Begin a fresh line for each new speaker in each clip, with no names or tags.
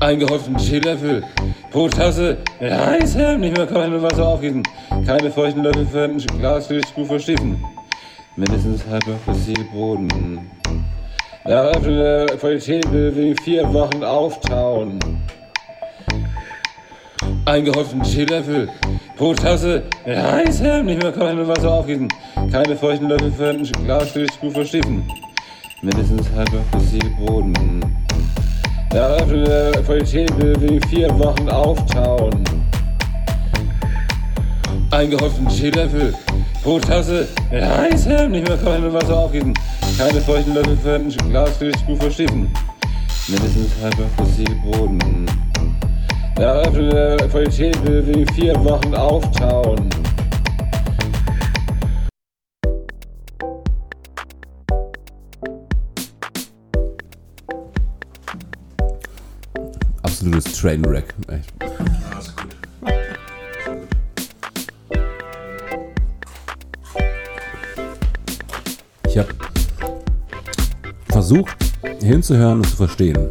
Eingehäuften Teelöffel pro Tasse mit heißem, nicht mehr kochendem Wasser aufgießen. Keine feuchten Löffel verwenden, Glas für die Stufe schiffen. Mindestens halber bis hier Boden. Nach öffnender Qualität will wegen vier Wochen auftauen. Eingehäuften Teelöffel pro Tasse mit heißem, nicht mehr kochendem Wasser aufgießen. Keine feuchten Löffel verwenden, Glas für die Stufe schiffen. Mindestens halber bis hier Boden. Da öffnete Qualität will wegen vier Wochen auftauen. Eingehäuften Teelöffel pro Tasse mit heißem, nicht mehr kochendem Wasser aufgießen. Keine feuchten Löffel verwenden, Glas für die Stufe schiffen. Mindestens halber bis hier Boden. Da öffnete Qualität will wegen vier Wochen auftauen.
Absolutes Trainwreck. Echt.
Ah, ist gut.
Ich habe versucht, hinzuhören und zu verstehen.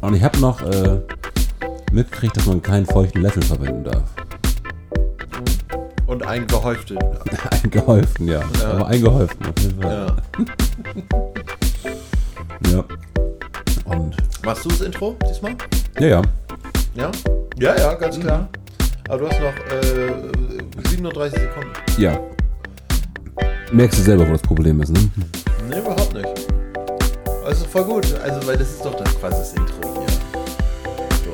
Und ich habe noch äh, mitgekriegt, dass man keinen feuchten Löffel verwenden darf.
Und ein gehäufte.
Eingehäuften, ja. Aber eingehäuften auf jeden Fall.
Ja.
Ja. Und
Machst du das Intro diesmal?
ja, ja.
Ja? Ja, ja, ganz klar. Aber du hast noch äh, 37 Sekunden.
Ja. Merkst du selber, wo das Problem ist, ne?
Nee, überhaupt nicht. Also voll gut. Also, weil das ist doch das quasi das Intro hier.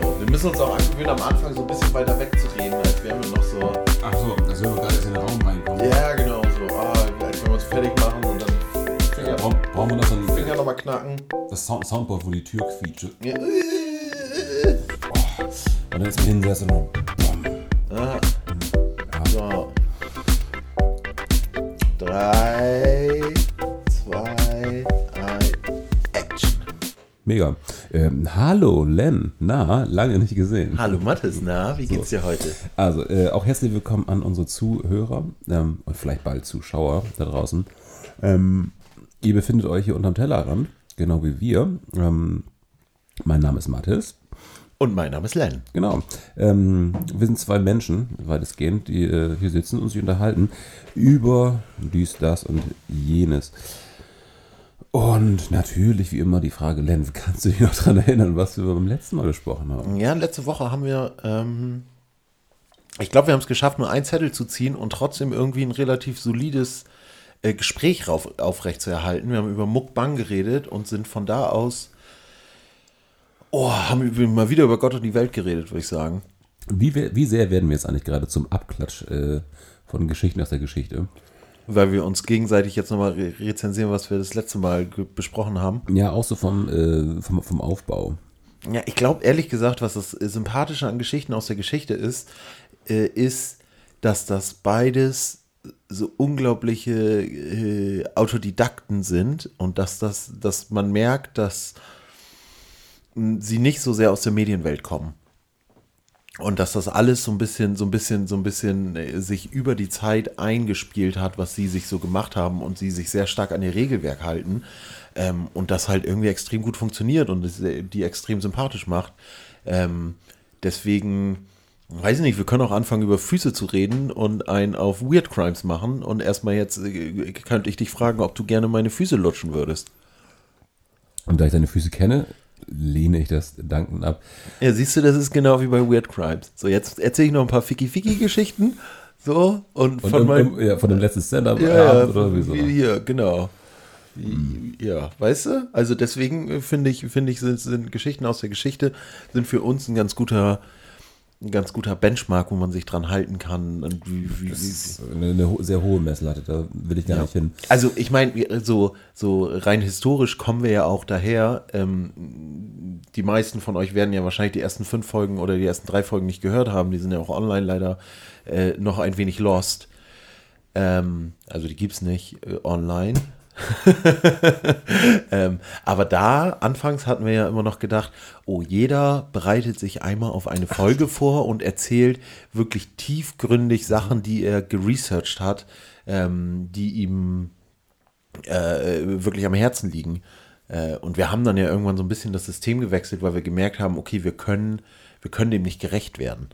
So, wir müssen uns auch angewöhnen, am Anfang so ein bisschen weiter weg zu reden, als wären wir noch so.
Ach so, das hören wir gerade in den Raum reinkommen.
Ja, genau, so. Ah, als wenn wir uns fertig machen und dann Finger,
Brauchen, brauchen wir noch so
Finger
ein,
nochmal knacken.
das Sound Soundboard, wo die Tür quietscht?
Ja.
Und dann ist man hinsetzt und dann,
Ah. So. Drei, zwei, ein. Action.
Mega. Ähm, hallo Len, na, lange nicht gesehen.
Hallo Mathis, na, wie geht's dir heute?
Also, äh, auch herzlich willkommen an unsere Zuhörer ähm, und vielleicht bald Zuschauer da draußen. Ähm, ihr befindet euch hier unterm Tellerrand, genau wie wir. Ähm, mein Name ist Mathis.
Und mein Name ist Len.
Genau. Ähm, wir sind zwei Menschen, weitestgehend, die äh, hier sitzen und sich unterhalten über dies, das und jenes. Und natürlich, wie immer, die Frage, Len, kannst du dich noch daran erinnern, was wir beim letzten Mal gesprochen haben?
Ja, letzte Woche haben wir, ähm, ich glaube, wir haben es geschafft, nur einen Zettel zu ziehen und trotzdem irgendwie ein relativ solides äh, Gespräch rauf, aufrechtzuerhalten. Wir haben über Mukbang geredet und sind von da aus, oh, haben wir mal wieder über Gott und die Welt geredet, würde ich sagen.
Wie, we- wie sehr werden wir jetzt eigentlich gerade zum Abklatsch äh, von Geschichten aus der Geschichte?
Weil wir uns gegenseitig jetzt nochmal re rezensieren, was wir das letzte Mal ge- besprochen haben.
Ja, auch so vom, äh, vom, vom Aufbau.
Ja, ich glaube ehrlich gesagt, was das äh, Sympathische an Geschichten aus der Geschichte ist, äh, ist, dass das beides so unglaubliche äh, Autodidakten sind und dass das, dass man merkt, dass mh, sie nicht so sehr aus der Medienwelt kommen. Und dass das alles so ein bisschen, so ein bisschen, so ein bisschen äh, sich über die Zeit eingespielt hat, was sie sich so gemacht haben und sie sich sehr stark an ihr Regelwerk halten. Ähm, und das halt irgendwie extrem gut funktioniert und es, äh, die extrem sympathisch macht. Ähm, deswegen, weiß ich nicht, wir können auch anfangen, über Füße zu reden und einen auf Weird Crimes machen. Und erstmal jetzt äh, könnte ich dich fragen, ob du gerne meine Füße lutschen würdest.
Und da ich deine Füße kenne, lehne ich das dankend ab.
Ja, siehst du, das ist genau wie bei Weird Crimes. So, jetzt erzähle ich noch ein paar Ficky-Ficky-Geschichten. So, und,
Und
von
im,
meinem.
im, ja, von dem letzten Stand-up
Ja,
Abend oder wie so.
wie hier, genau. Ja, weißt du? Also deswegen äh, finde ich, finde ich, sind, sind Geschichten aus der Geschichte sind für uns ein ganz guter, ein ganz guter Benchmark, wo man sich dran halten kann. Und wie, wie,
Das
wie,
ist eine, eine ho- sehr hohe Messlatte, da will ich gar nicht hin.
also ich meine, so, so rein historisch kommen wir ja auch daher. Ähm, die meisten von euch werden ja wahrscheinlich die ersten fünf Folgen oder die ersten drei Folgen nicht gehört haben. Die sind ja auch online leider äh, noch ein wenig lost. Ähm, also die gibt es nicht äh, online. ähm, aber da, anfangs hatten wir ja immer noch gedacht, oh, jeder bereitet sich einmal auf eine Folge vor und erzählt wirklich tiefgründig Sachen, die er geresearched hat, ähm, die ihm äh, wirklich am Herzen liegen. Äh, und wir haben dann ja irgendwann so ein bisschen das System gewechselt, weil wir gemerkt haben, okay, wir können, wir können dem nicht gerecht werden.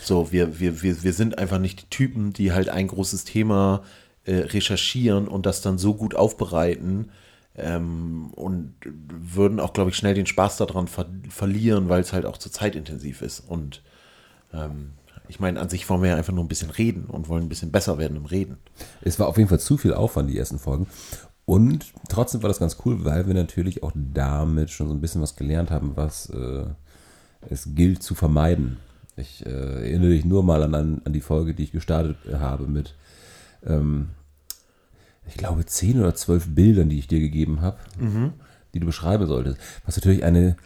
So, wir, wir, wir, wir sind einfach nicht die Typen, die halt ein großes Thema äh, recherchieren und das dann so gut aufbereiten ähm, und würden auch, glaube ich, schnell den Spaß daran ver verlieren, weil es halt auch zu zeitintensiv ist. Und ähm, ich meine, an sich wollen wir ja einfach nur ein bisschen reden und wollen ein bisschen besser werden im Reden.
Es war auf jeden Fall zu viel Aufwand, die ersten Folgen. Und trotzdem war das ganz cool, weil wir natürlich auch damit schon so ein bisschen was gelernt haben, was äh, es gilt zu vermeiden. Ich äh, erinnere dich nur mal an, an, an die Folge, die ich gestartet habe mit, ähm, ich glaube, zehn oder zwölf Bildern, die ich dir gegeben habe, die du beschreiben solltest. Was natürlich eine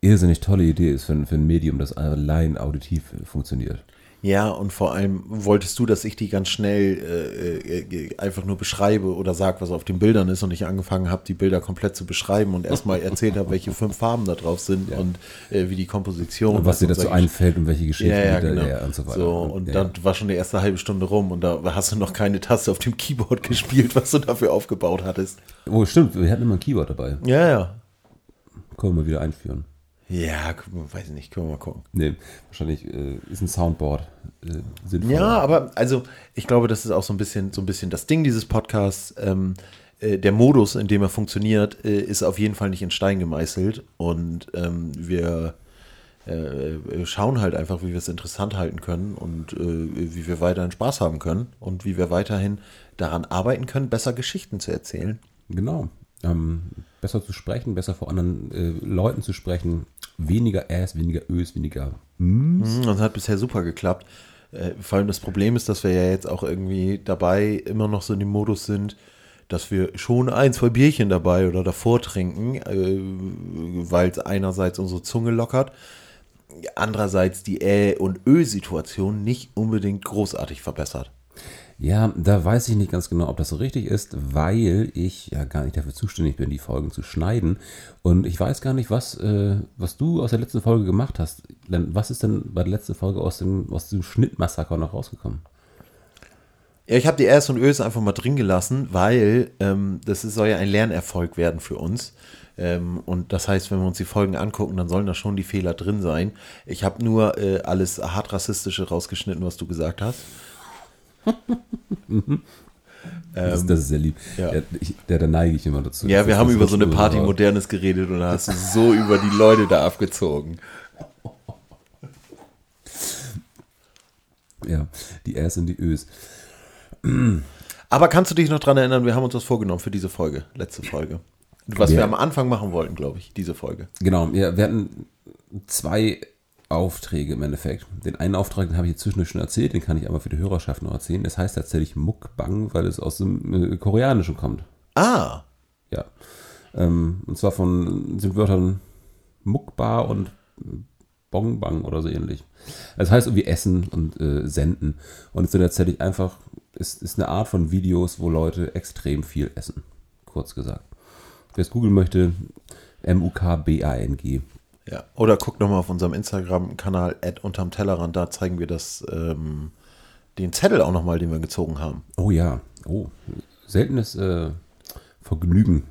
irrsinnig tolle Idee ist für, ein- für ein Medium, das allein auditiv funktioniert.
Ja, und vor allem wolltest du, dass ich die ganz schnell äh, äh, äh, einfach nur beschreibe oder sag, was auf den Bildern ist und ich angefangen habe, die Bilder komplett zu beschreiben und erstmal erzählt habe, welche fünf Farben da drauf sind und äh, wie die Komposition
Und was
ist
dir dazu
solche
einfällt und welche Geschichten
Ja, ja,
die da-
genau.
ja, und so weiter.
und
ja,
dann war schon die erste halbe Stunde rum und da hast du noch keine Taste auf dem Keyboard gespielt, was du dafür aufgebaut hattest.
Oh, stimmt, wir hatten immer ein Keyboard dabei.
Ja, ja.
Können wir mal wieder einführen.
Ja, guck mal, weiß ich nicht, können wir mal gucken.
Nee, wahrscheinlich äh, ist ein Soundboard äh, sinnvoll.
Ja, aber also ich glaube, das ist auch so ein bisschen, so ein bisschen das Ding dieses Podcasts. Ähm, äh, der Modus, in dem er funktioniert, äh, ist auf jeden Fall nicht in Stein gemeißelt. Und ähm, wir äh, äh, schauen halt einfach, wie wir es interessant halten können und äh, wie wir weiterhin Spaß haben können und wie wir weiterhin daran arbeiten können, besser Geschichten zu erzählen.
Genau. Ähm, besser zu sprechen, besser vor anderen äh, Leuten zu sprechen. Weniger Äs, weniger Ös, weniger.
Mhm, Das hat bisher super geklappt. Äh, vor allem das Problem ist, dass wir ja jetzt auch irgendwie dabei immer noch so in dem Modus sind, dass wir schon ein, zwei Bierchen dabei oder davor trinken, äh, weil es einerseits unsere Zunge lockert, andererseits die Ä- und Ö-Situation nicht unbedingt großartig verbessert.
Ja, da weiß ich nicht ganz genau, ob das so richtig ist, weil ich ja gar nicht dafür zuständig bin, die Folgen zu schneiden. Und ich weiß gar nicht, was, äh, was du aus der letzten Folge gemacht hast. Denn Was ist denn bei der letzten Folge aus dem, aus dem Schnittmassaker noch rausgekommen?
Ja, ich habe die Rs und Ös einfach mal drin gelassen, weil ähm, das ist, soll ja ein Lernerfolg werden für uns. Ähm, und das heißt, wenn wir uns die Folgen angucken, dann sollen da schon die Fehler drin sein. Ich habe nur äh, alles hart rassistische rausgeschnitten, was du gesagt hast.
das, das ist sehr lieb.
ja.
Ja, ich, da, da neige ich immer dazu.
Ähm, Ja,
Das
wir
ist-
haben
das
über
ist
so eine
gut,
Party
aber-
Modernes geredet und da hast du so über die Leute da abgezogen.
Ja, die Äs und die Ös.
Aber kannst du dich noch dran erinnern, wir haben uns das vorgenommen für diese Folge, letzte Folge. Was wir
Ja.
am Anfang machen wollten, glaube ich, diese Folge.
Genau, ja, wir hatten zwei Aufträge im Endeffekt. Den einen Auftrag, den habe ich jetzt zwischendurch schon erzählt, den kann ich aber für die Hörerschaft noch erzählen. Das heißt tatsächlich Mukbang, weil es aus dem äh, Koreanischen kommt.
Ah,
Ja. Ähm, und zwar von den Wörtern Mukba und Bongbang oder so ähnlich. Das heißt irgendwie Essen und äh, Senden. Und es sind tatsächlich einfach, es ist eine Art von Videos, wo Leute extrem viel essen. Kurz gesagt. Wer es googeln möchte, M-U-K-B-A-N-G.
Ja, oder guck nochmal auf unserem Instagram-Kanal at unterm Tellerrand, da zeigen wir das, ähm, den Zettel auch nochmal, den wir gezogen haben.
Oh ja, oh, seltenes äh, Vergnügen,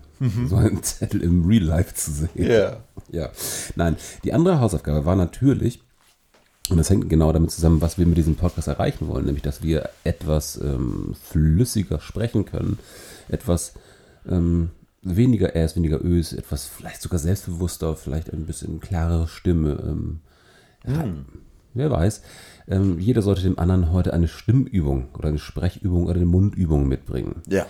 so einen Zettel im Real Life zu sehen.
Ja.
Ja, nein, die andere Hausaufgabe war natürlich, und das hängt genau damit zusammen, was wir mit diesem Podcast erreichen wollen, nämlich, dass wir etwas ähm, flüssiger sprechen können, etwas ähm, weniger Äs, weniger Ös, etwas vielleicht sogar selbstbewusster, vielleicht ein bisschen klarere Stimme. Ähm, Wer weiß. Ähm, jeder sollte dem anderen heute eine Stimmübung oder eine Sprechübung oder eine Mundübung mitbringen.
Ja.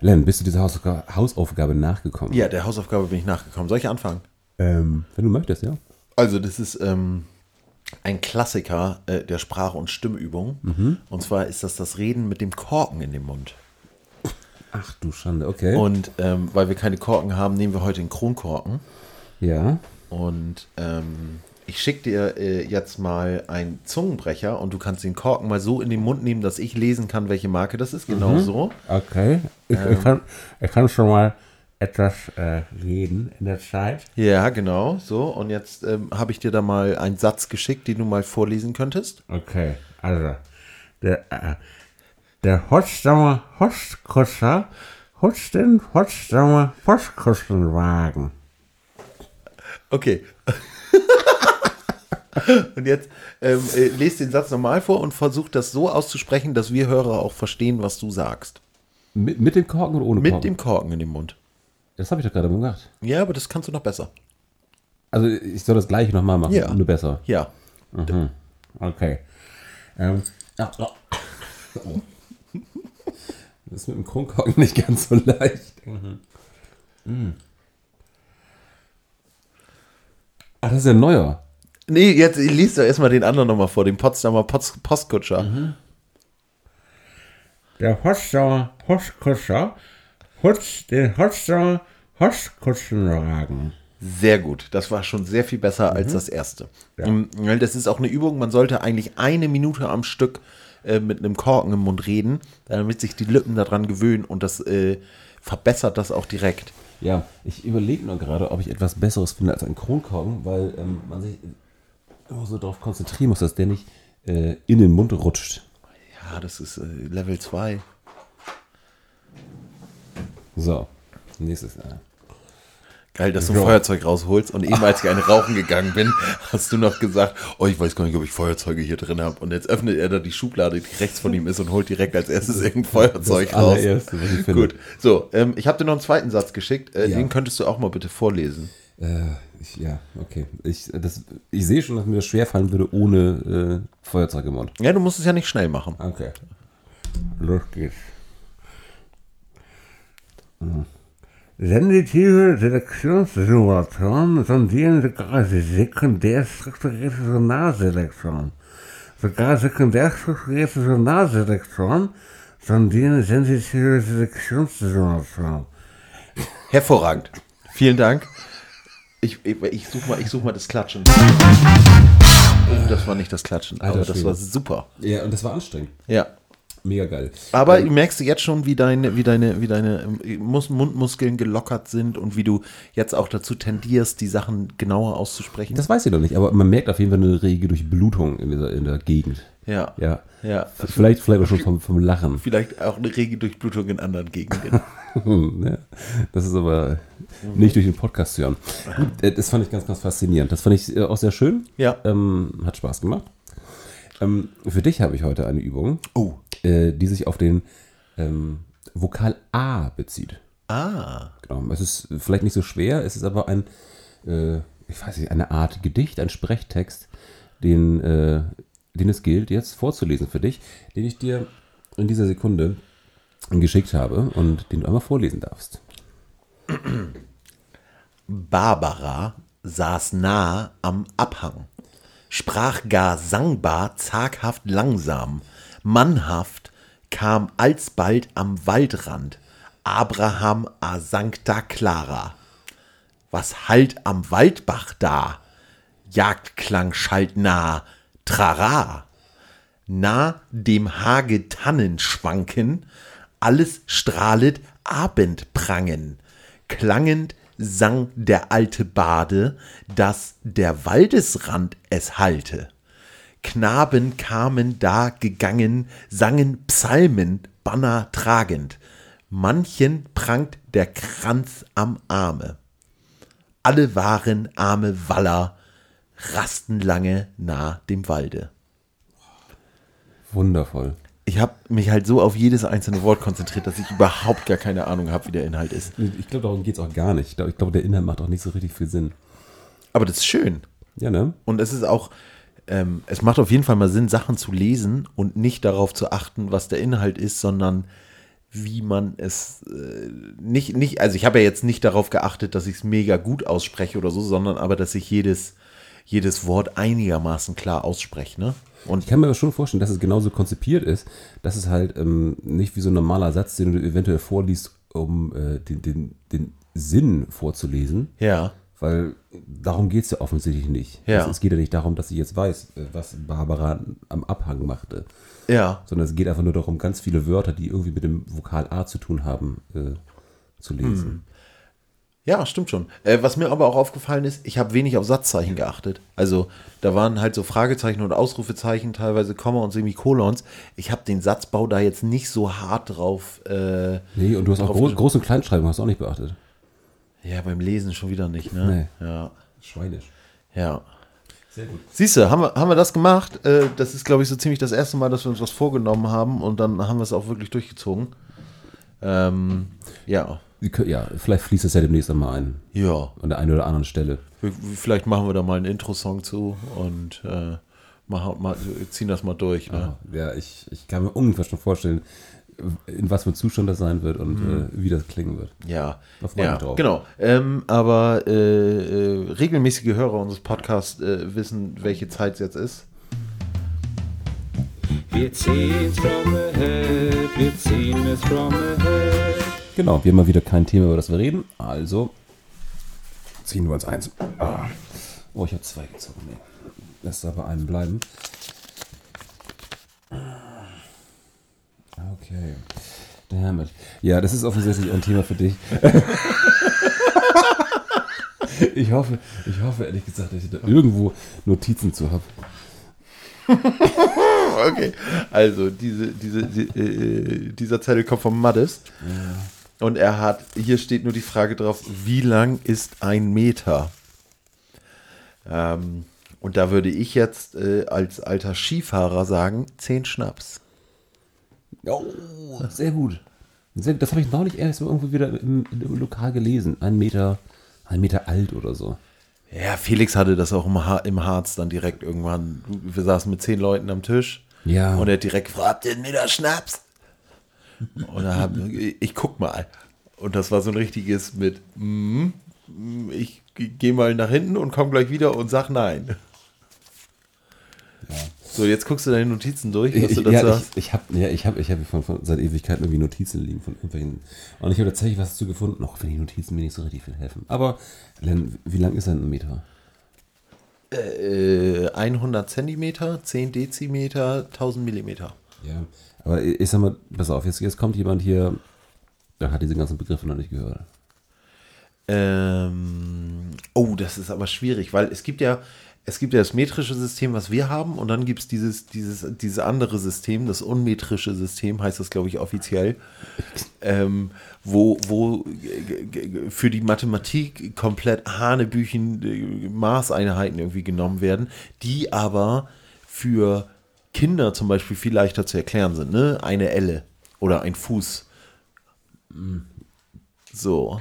Len, bist du dieser Hausaufga- Hausaufgabe nachgekommen?
Ja, der Hausaufgabe bin ich nachgekommen. Soll ich anfangen?
Ähm, wenn du möchtest, ja.
Also, das ist ähm, ein Klassiker äh, der Sprache- und Stimmübung. Und zwar ist das das Reden mit dem Korken in dem Mund.
Ach du Schande, okay.
Und ähm, weil wir keine Korken haben, nehmen wir heute den Kronkorken.
ja.
Und ähm, ich schicke dir äh, jetzt mal einen Zungenbrecher und du kannst den Korken mal so in den Mund nehmen, dass ich lesen kann, welche Marke das ist. Genau so.
Okay. Ich,
Ähm.
ich, kann, ich kann schon mal etwas äh, reden in der Zeit.
Ja, genau, so. Und jetzt ähm, habe ich dir da mal einen Satz geschickt, den du mal vorlesen könntest.
Okay, also. Der, äh, der Potsdamer Hostkoscher
putzt den Potsdamer Postkuschelwagen.
Okay. und jetzt ähm, äh, lest den Satz nochmal vor und versucht das so auszusprechen, dass wir Hörer auch verstehen, was du sagst.
Mit, mit dem Korken oder ohne
Mit
Korken?
dem Korken in dem Mund.
das habe ich doch gerade mal gemacht.
Ja, aber das kannst du noch besser.
Also ich soll das gleiche nochmal machen,
Ja.
nur besser.
Ja.
Okay. Ähm, ja, ja. Oh. Das ist mit dem Kronkorken nicht ganz so leicht. Mhm. Mm. Ach, Ah, das ist ja ein neuer.
Nee, jetzt liest doch erstmal den anderen nochmal vor, den Potsdamer Pots Postkutscher.
Der Potsdamer Postkutscher putzt den Potsdamer Postkutschenwagen.
Sehr gut. Das war schon sehr viel besser als das erste. Ähm, weil Das ist auch eine Übung. Man sollte eigentlich eine Minute am Stück äh, mit einem Korken im Mund reden, damit sich die Lippen daran gewöhnen und das äh, verbessert das auch direkt.
Ja, ich überlege nur gerade, ob ich etwas Besseres finde als einen Kronkorken, weil ähm, man sich immer so darauf konzentrieren muss, dass der nicht äh, in den Mund rutscht.
Ja, das ist äh, Level 2.
So, nächstes. Äh.
Geil, dass du ein Feuerzeug rausholst und eben als ich eine rauchen gegangen bin, hast du noch gesagt, oh, ich weiß gar nicht, ob ich Feuerzeuge hier drin habe. Und jetzt öffnet er da die Schublade, die rechts von ihm ist und holt direkt als erstes irgendein Feuerzeug
Das
raus.
allererste, was ich finde.
Gut, so, ähm, ich habe dir noch einen zweiten Satz geschickt, äh,
Ja.
den könntest du auch mal bitte vorlesen.
Äh, ich, ja, okay. Ich, das, ich sehe schon, dass mir das schwerfallen würde ohne äh, Feuerzeug im Mund.
Ja, du musst es ja nicht schnell machen.
Okay. Los geht's. Hm. Sensitive Selektionssimulatoren sondieren sogar sekundär strukturierte Sonarselektoren. Sogar sekundär strukturierte Sonarselektoren sondieren sensitive Selektionssimulatoren.
Hervorragend. Vielen Dank. Ich, ich, ich suche mal, ich such mal das Klatschen. Oh, Das war nicht das Klatschen,
Alter
aber das
Schwede.
war super.
Ja, und das war anstrengend.
Ja.
Mega geil.
Aber
Äh,
merkst du jetzt schon, wie deine, wie deine, wie deine ähm, Mus Mundmuskeln gelockert sind und wie du jetzt auch dazu tendierst, die Sachen genauer auszusprechen?
Das weiß ich noch nicht, aber man merkt auf jeden Fall eine rege Durchblutung in, dieser, in der Gegend.
ja.
Ja.
Ja.
Vielleicht, vielleicht auch schon vom, vom Lachen.
Vielleicht auch eine rege Durchblutung in anderen Gegenden.
Ne? Das ist aber nicht durch den Podcast zu hören. Gut, äh, das fand ich ganz, ganz faszinierend. Das fand ich äh, auch sehr schön.
Ja.
Ähm, hat Spaß gemacht. Ähm, für dich habe ich heute eine Übung,
oh.
äh, die sich auf den ähm, Vokal A bezieht.
Ah.
Genau. Es ist vielleicht nicht so schwer, es ist aber ein, äh, ich weiß nicht, eine Art Gedicht, ein Sprechtext, den, äh, den es gilt, jetzt vorzulesen für dich, den ich dir in dieser Sekunde geschickt habe und den du einmal vorlesen darfst.
Barbara saß nah am Abhang, sprach gar sangbar, zaghaft langsam, mannhaft kam alsbald am Waldrand, Abraham a Sancta Clara. Was halt am Waldbach da? Jagdklang schallt nah, trara nah dem Hage Tannen schwanken, alles strahlet Abendprangen. Klangend sang der alte Bade, dass der Waldesrand es halte. Knaben kamen da gegangen, sangen Psalmen, Banner tragend. Manchen prangt der Kranz am Arme. Alle waren arme Waller, rasten lange nah dem Walde.
Wundervoll.
ich habe mich halt so auf jedes einzelne Wort konzentriert, dass ich überhaupt gar keine Ahnung habe, wie der Inhalt ist.
Ich glaube, darum geht es auch gar nicht. Ich glaube, ich glaub, der Inhalt macht auch nicht so richtig viel Sinn.
Aber das ist schön.
Ja, ne?
Und es ist auch, ähm, es macht auf jeden Fall mal Sinn, Sachen zu lesen und nicht darauf zu achten, was der Inhalt ist, sondern wie man es äh, nicht, nicht, also ich habe ja jetzt nicht darauf geachtet, dass ich es mega gut ausspreche oder so, sondern aber, dass ich jedes, jedes Wort einigermaßen klar ausspreche. Ne? Und
Ich kann mir aber schon vorstellen, dass es genauso konzipiert ist, dass es halt ähm, nicht wie so ein normaler Satz, den du eventuell vorliest, um äh, den, den, den Sinn vorzulesen,
ja,
weil darum geht es ja offensichtlich nicht.
Ja.
Es, es geht ja nicht darum, dass ich jetzt weiß, äh, was Barbara am Abhang machte,
ja,
sondern es geht einfach nur darum, ganz
Hm.
viele Wörter, die irgendwie mit dem Vokal A zu tun haben, äh, zu lesen.
Ja, stimmt schon. Äh, was mir aber auch aufgefallen ist, ich habe wenig auf Satzzeichen geachtet. Also da waren halt so Fragezeichen und Ausrufezeichen, teilweise Komma und Semikolons. Ich habe den Satzbau da jetzt nicht so hart drauf. Äh,
Nee, und du hast auch
drauf
Groß, Groß- und Kleinschreibung hast du auch nicht beachtet.
Ja, beim Lesen schon wieder nicht, ne? Ja.
Schweinisch.
Ja.
Sehr gut.
Siehst du, haben wir, haben wir das gemacht? Äh, das ist, glaube ich, so ziemlich das erste Mal, dass wir uns was vorgenommen haben und dann haben wir es auch wirklich durchgezogen. Ähm, ja.
Ja, vielleicht fließt das ja demnächst einmal ein.
Ja.
An der einen oder anderen Stelle.
Wir- Vielleicht machen wir da mal einen Intro-Song zu und äh, machen, mal, ziehen das mal durch. Ne?
Ja, ich, ich kann mir ungefähr schon vorstellen, in was für ein Zustand das sein wird und äh, wie das klingen wird.
Ja,
Da freue ich
ja
mich drauf.
genau. Ähm, aber äh, äh, regelmäßige Hörer unseres Podcasts äh, wissen, welche Zeit es jetzt ist.
Wir ziehen's from the head, wir ziehen es from the head.
Genau, wir haben mal wieder kein Thema, über das wir reden. Also ziehen wir uns eins. Ah. Oh, ich habe zwei gezogen. Nee. Lass da bei einem bleiben. Ah, Okay. Damn it. Ja, das ist offensichtlich ein Thema für dich. ich hoffe, ich hoffe ehrlich gesagt, dass ich da irgendwo Notizen zu habe.
Okay, also diese, diese, die, äh, dieser Zettel kommt von Maddes. Und er hat, hier steht nur die Frage drauf, wie lang ist ein Meter? Ähm, und da würde ich jetzt äh, als alter Skifahrer sagen, 10 Schnaps.
Oh, sehr gut. Sehr, das habe ich neulich erst mal irgendwo wieder im, im Lokal gelesen. Ein Meter, ein Meter alt oder so.
Ja, Felix hatte das auch im, ha im Harz dann direkt irgendwann. Wir saßen mit zehn Leuten am Tisch.
Ja.
Und er hat direkt gefragt, habt ihr einen Meter Schnaps? Und da haben ich, ich guck mal. Und das war so ein richtiges mit, mm, mm, ich gehe mal nach hinten und komm gleich wieder und sag nein. So, jetzt guckst du deine Notizen durch, was
Ich,
du das
ja,
sagst.
ich, ich habe ja, ich hab, ich hab von, von, seit Ewigkeiten irgendwie Notizen liegen von irgendwelchen. Und ich habe tatsächlich was dazu gefunden, auch wenn die Notizen mir nicht so richtig viel helfen. Aber, Len, wie lang ist denn ein Meter?
Äh, 100 Zentimeter, 10 Dezimeter, 1000 Millimeter.
Ja. Aber ich ich sag mal, pass auf, jetzt, jetzt kommt jemand hier, der hat diese ganzen Begriffe noch nicht gehört.
Ähm, oh, das ist aber schwierig, weil es gibt ja, es gibt ja das metrische System, was wir haben, und dann gibt es dieses, dieses, dieses andere System, das unmetrische System, heißt das, glaube ich, offiziell, ähm, wo, wo g- g- g- für die Mathematik komplett Hanebüchen äh, Maßeinheiten irgendwie genommen werden, die aber für Kinder zum Beispiel viel leichter zu erklären sind, ne? Eine Elle oder ein Fuß. So.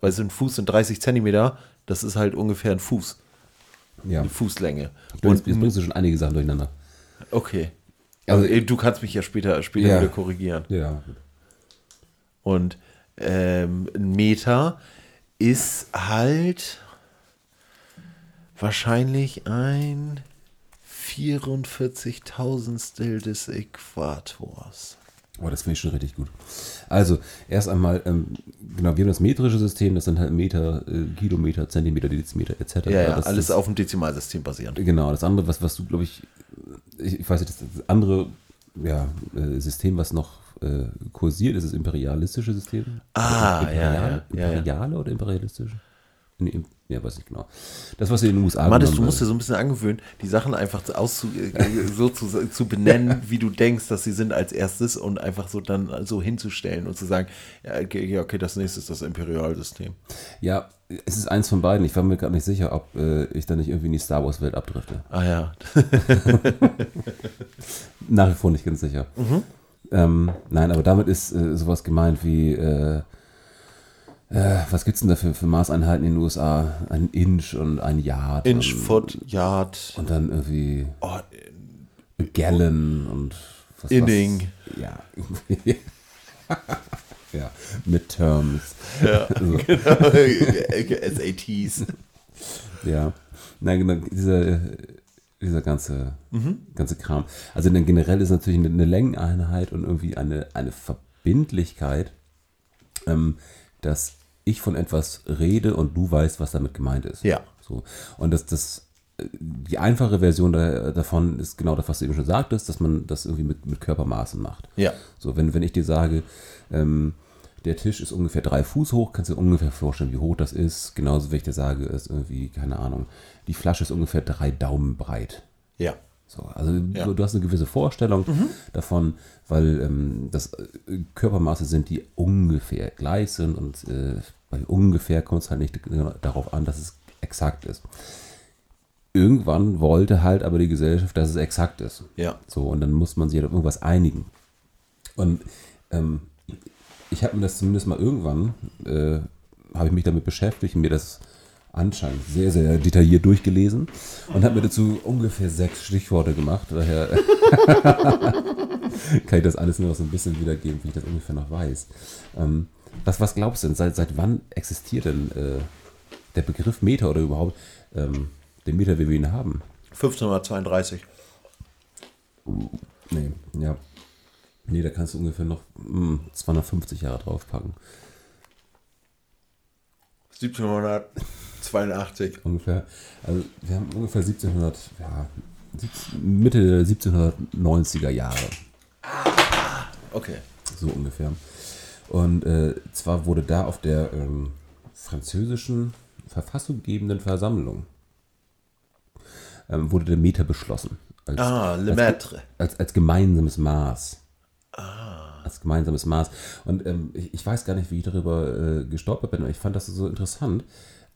Weil so ein Fuß sind 30 Zentimeter, das ist halt ungefähr ein Fuß,
Ja.
eine Fußlänge.
Du, jetzt, jetzt bringst du schon einige Sachen durcheinander.
Okay.
Also
Also, äh, du kannst mich ja später, später
Ja.
wieder korrigieren.
Ja, gut.
Und ähm, ein Meter ist halt wahrscheinlich ein 44.000stel des Äquators.
Oh, das finde ich schon richtig gut. Also, erst einmal, ähm, genau, wir haben das metrische System, das sind halt Meter, äh, Kilometer, Zentimeter, Dezimeter, etc.
Ja, ja,
das
alles
ist,
auf dem Dezimalsystem basierend.
Genau, das andere, was, was du, glaube ich, ich, ich weiß nicht, das- das andere ja, äh, System, was noch äh, kursiert, ist das imperialistische System.
Ah, ja, ja,
Imperial,
ja, ja.
Imperiale oder imperialistische? Nee, im- ja, weiß nicht genau. Das, was in den USA
Mathis,
genommen
du musst dir
wird.
so ein bisschen angewöhnen, die Sachen einfach so auszu äh, so zu, zu benennen, wie du denkst, dass sie sind als erstes und einfach so dann so hinzustellen und zu sagen, ja, okay, ja, okay das nächste ist das Imperialsystem.
Ja, es ist eins von beiden. Ich war mir gerade nicht sicher, ob äh, ich da nicht irgendwie in die Star Wars-Welt abdrifte.
Ah ja,
Nach wie vor nicht ganz sicher.
Mhm.
Ähm, nein, aber damit ist äh, sowas gemeint wie, äh, äh, was gibt's denn da für, für Maßeinheiten in den USA? Ein Inch und ein Yard.
Inch,
und,
Foot, Yard,
und dann irgendwie
oh,
Gallon und was
Inning.
Was? Ja. ja, Midterms.
ja,
So.
genau, SATs.
Ja, na genau, dieser, dieser ganze, ganze Kram. Also dann generell ist natürlich eine, eine Längeneinheit und irgendwie eine, eine Verbindlichkeit, ähm, dass ich von etwas rede und du weißt, was damit gemeint ist.
Ja.
So. Und das, das, äh, die einfache Version da, davon ist genau das, was du eben schon sagtest, dass man das irgendwie mit, mit Körpermaßen macht.
Ja.
So, wenn, wenn ich dir sage, ähm, Der Tisch ist ungefähr drei Fuß hoch, kannst du dir ungefähr vorstellen, wie hoch das ist. Genauso, wenn ich dir sage, ist irgendwie, keine Ahnung, die Flasche ist ungefähr drei Daumen breit.
Ja. Mhm.
So, also du, du hast eine gewisse Vorstellung davon, weil ähm, das äh, Körpermaße sind, die ungefähr gleich sind und äh, bei ungefähr kommt es halt nicht genau darauf an, dass es exakt ist. Irgendwann wollte halt aber die Gesellschaft, dass es exakt ist.
Ja.
So, und dann muss man sich halt auf irgendwas einigen. Und ähm, ich habe mir das zumindest mal irgendwann, äh, habe ich mich damit beschäftigt, und mir das anscheinend sehr, sehr detailliert durchgelesen und habe mir dazu ungefähr sechs Stichworte gemacht. Daher kann ich das alles nur noch so ein bisschen wiedergeben, wie ich das ungefähr noch weiß. Ähm, was, was glaubst du denn, seit, seit wann existiert denn äh, der Begriff Meter oder überhaupt ähm, den Meter, wie wir ihn haben?
1532.
Nee, ja. Nee, da kannst du ungefähr noch mm, 250 Jahre draufpacken.
1782.
Ungefähr. Also wir haben ungefähr 1700, ja, siebz- Mitte der 1790er Jahre.
Okay.
So ungefähr. Und äh, zwar wurde da auf der ähm, französischen verfassunggebenden Versammlung ähm, wurde der Meter beschlossen. Als,
Ah, Le
als-
Maître.
Als, als gemeinsames Maß.
Ah.
Als gemeinsames Maß. Und ähm, ich, ich weiß gar nicht, wie ich darüber äh, gestolpert bin, aber ich fand das so interessant.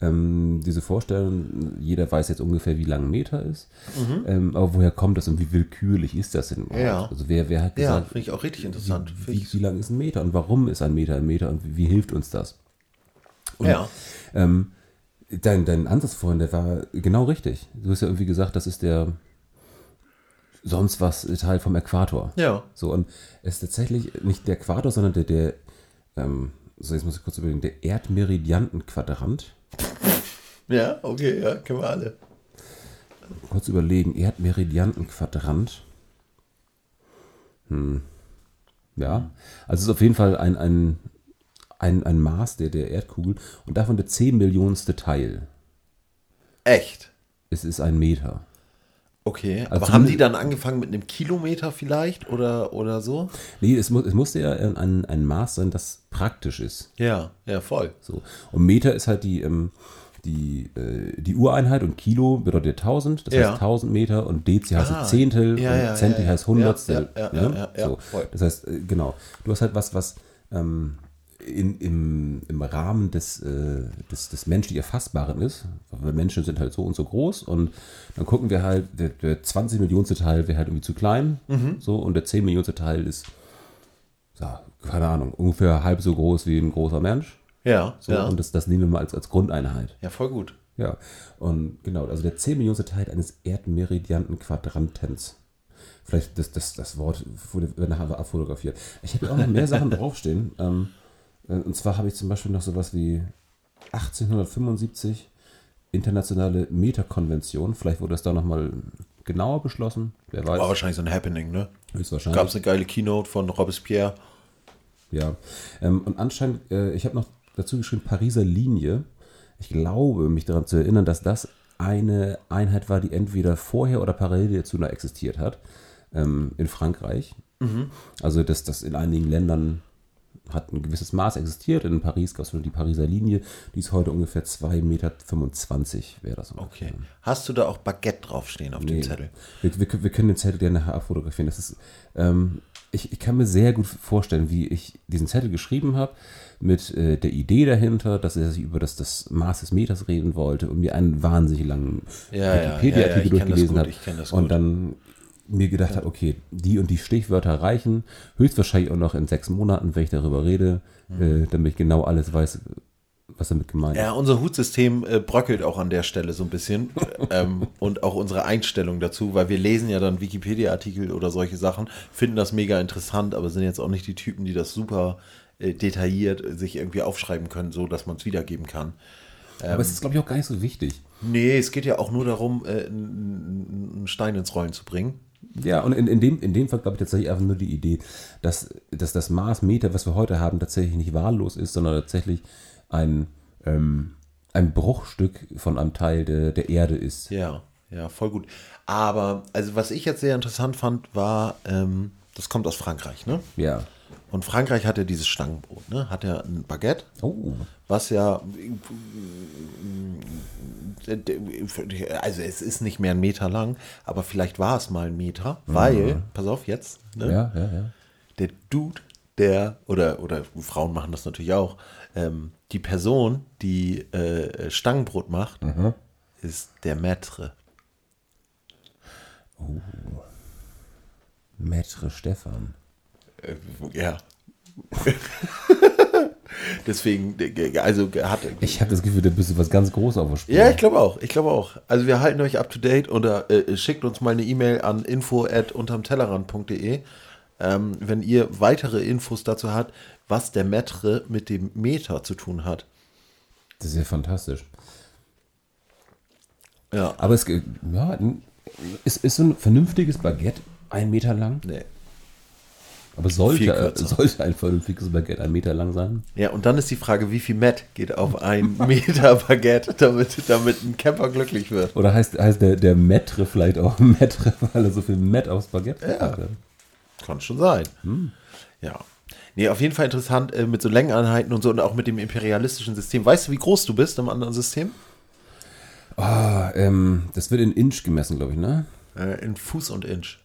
Ähm, diese Vorstellung, jeder weiß jetzt ungefähr, wie lang ein Meter ist. Ähm, aber woher kommt das und wie willkürlich ist das denn überhaupt?
Mhm. Ja.
Also wer, wer hat
Ja,
gesagt,
finde ich auch richtig interessant. Finde
wie,
ich-
wie lang ist ein Meter und warum ist ein Meter ein Meter und wie, wie hilft uns das? Und,
Ja.
Ähm, dein, dein Ansatz vorhin, der war genau richtig. Du hast ja irgendwie gesagt, das ist der sonst was Teil vom Äquator.
Ja.
So, und es ist tatsächlich nicht der Äquator, sondern der, der ähm, so jetzt muss ich kurz überlegen, der Erdmeridiantenquadrant.
Ja, okay, ja, kennen wir alle.
Kurz überlegen, Erdmeridiantenquadrant. Hm. Ja, also es ist auf jeden Fall ein, ein, ein, ein Maß der, der Erdkugel und davon der 10 Millionenste Teil.
Echt?
Es ist ein Meter.
Okay,
Also
aber haben die
zumindest-
dann angefangen mit einem Kilometer vielleicht oder, oder so?
Nee, es, mu es musste ja ein, ein, ein Maß sein, das praktisch ist.
Ja, ja, voll.
So. Und Meter ist halt die, ähm, die, äh, die Ureinheit und Kilo bedeutet 1000, das
Ja.
heißt 1000 Meter und Dezi heißt
Ah.
Zehntel
Ja,
und
ja,
Zenti
ja, ja.
heißt Hundertstel.
Ja, ja, ja,
ne?
ja, ja,
so.
voll.
Das heißt, äh, genau, du hast halt was, was ähm, in, im, im Rahmen des, äh, des, des menschlich Erfassbaren ist, weil Menschen sind halt so und so groß und dann gucken wir halt, der, der 20 Millionste Teil wäre halt irgendwie zu klein
Mhm.
so und der 10 Millionste Teil ist, ja, keine Ahnung, ungefähr halb so groß wie ein großer Mensch.
Ja,
So,
ja.
Und das, das nehmen wir mal als, als Grundeinheit.
ja, voll gut.
Ja. Und genau, also der 10 Millionste Teil eines Erdmeridianten-Quadrantens. Vielleicht das, das, das Wort wurde wird nachher abfotografiert. Ich habe hier auch noch mehr Sachen draufstehen. Ähm, äh, und zwar habe ich zum Beispiel noch sowas wie 1875 internationale Meterkonvention. Vielleicht wurde das da nochmal genauer beschlossen. Wer weiß.
War wahrscheinlich so ein Happening, ne?
höchstwahrscheinlich.
Gab es eine geile Keynote von Robespierre.
Ja. Ähm, und anscheinend, äh, ich habe noch dazu geschrieben, Pariser Linie. Ich glaube, mich daran zu erinnern, dass das eine Einheit war, die entweder vorher oder parallel dazu noch existiert hat. Ähm, in Frankreich. Also, dass das in einigen Ländern hat ein gewisses Maß existiert. In Paris gab es die Pariser Linie. Die ist heute ungefähr 2,25 Meter wäre das. ungefähr.
Okay. Hast du da auch Baguette draufstehen auf dem Zettel?
Wir, wir, wir können den Zettel gerne nachher abfotografieren. Das ist, ähm, ich, ich kann mir sehr gut vorstellen, wie ich diesen Zettel geschrieben habe, mit äh, der Idee dahinter, dass er sich über das, das Maß des Meters reden wollte und mir einen wahnsinnig langen
Ja, ja, ja, ja,
Wikipedia-Artikel
ich kenn das
durchgelesen
gut,
habe.
ich kenn das
Und
gut.
dann mir gedacht habe, okay, die und die Stichwörter reichen, höchstwahrscheinlich auch noch in sechs Monaten, wenn ich darüber rede, äh, damit ich genau alles weiß, was damit gemeint ist.
Mhm. Ja, unser Hutsystem äh, bröckelt auch an der Stelle so ein bisschen ähm, und auch unsere Einstellung dazu, weil wir lesen ja dann Wikipedia-Artikel oder solche Sachen, finden das mega interessant, aber sind jetzt auch nicht die Typen, die das super äh, detailliert äh, sich irgendwie aufschreiben können, so dass man es wiedergeben kann.
Aber
ähm,
es ist, glaube ich, auch gar nicht so wichtig.
Nee, es geht ja auch nur darum, äh, n- n- einen Stein ins Rollen zu bringen.
Ja, und in, in, dem, in dem Fall glaube ich tatsächlich einfach nur die Idee, dass, dass das Maß Meter, was wir heute haben, tatsächlich nicht wahllos ist, sondern tatsächlich ein, ähm, ein Bruchstück von einem Teil der, der Erde ist.
Ja, ja, voll gut. Aber, also was ich jetzt sehr interessant fand, war, ähm, das kommt aus Frankreich, ne?
Ja.
Und Frankreich hat ja dieses Stangenbrot, ne? Hat ja ein Baguette,
Oh.
was ja. Also, es ist nicht mehr ein Meter lang, aber vielleicht war es mal ein Meter, weil, pass auf jetzt, ne?
Ja, ja, ja.
der Dude, der, oder, oder Frauen machen das natürlich auch, ähm, die Person, die äh, Stangenbrot macht, ist der Maître.
Metre Stefan.
Äh, ja. Deswegen, äh, also hat.
Ich habe das Gefühl, da bist du was ganz Großes auf der Spur.
Ja, ich glaube auch. Ich glaube auch. Also wir halten euch up to date oder äh, schickt uns mal eine E-Mail an info at untermtellerrand.de, ähm, wenn ihr weitere Infos dazu habt, was der Metre mit dem Meter zu tun hat.
Das ist ja fantastisch.
Ja.
Aber es ge- ja, n- es ist so ein vernünftiges Baguette ein Meter lang.
Nee.
Aber
Viel
sollte, äh,
kürzer.
sollte ein vernünftiges Baguette ein Meter lang sein?
Ja, und dann ist die Frage, wie viel Met geht auf ein Meter Baguette, damit, damit ein Camper glücklich wird.
Oder heißt, heißt der, der Metre vielleicht auch Metre, weil er so viel Met aufs Baguette gepackt hat?
Kann schon sein. Ja. Nee, auf jeden Fall interessant äh, mit so Längeneinheiten und so und auch mit dem imperialistischen System. Weißt du, wie groß du bist im anderen System?
Ah, ähm, das wird in Inch gemessen, glaube ich, ne?
Äh, in Fuß und Inch.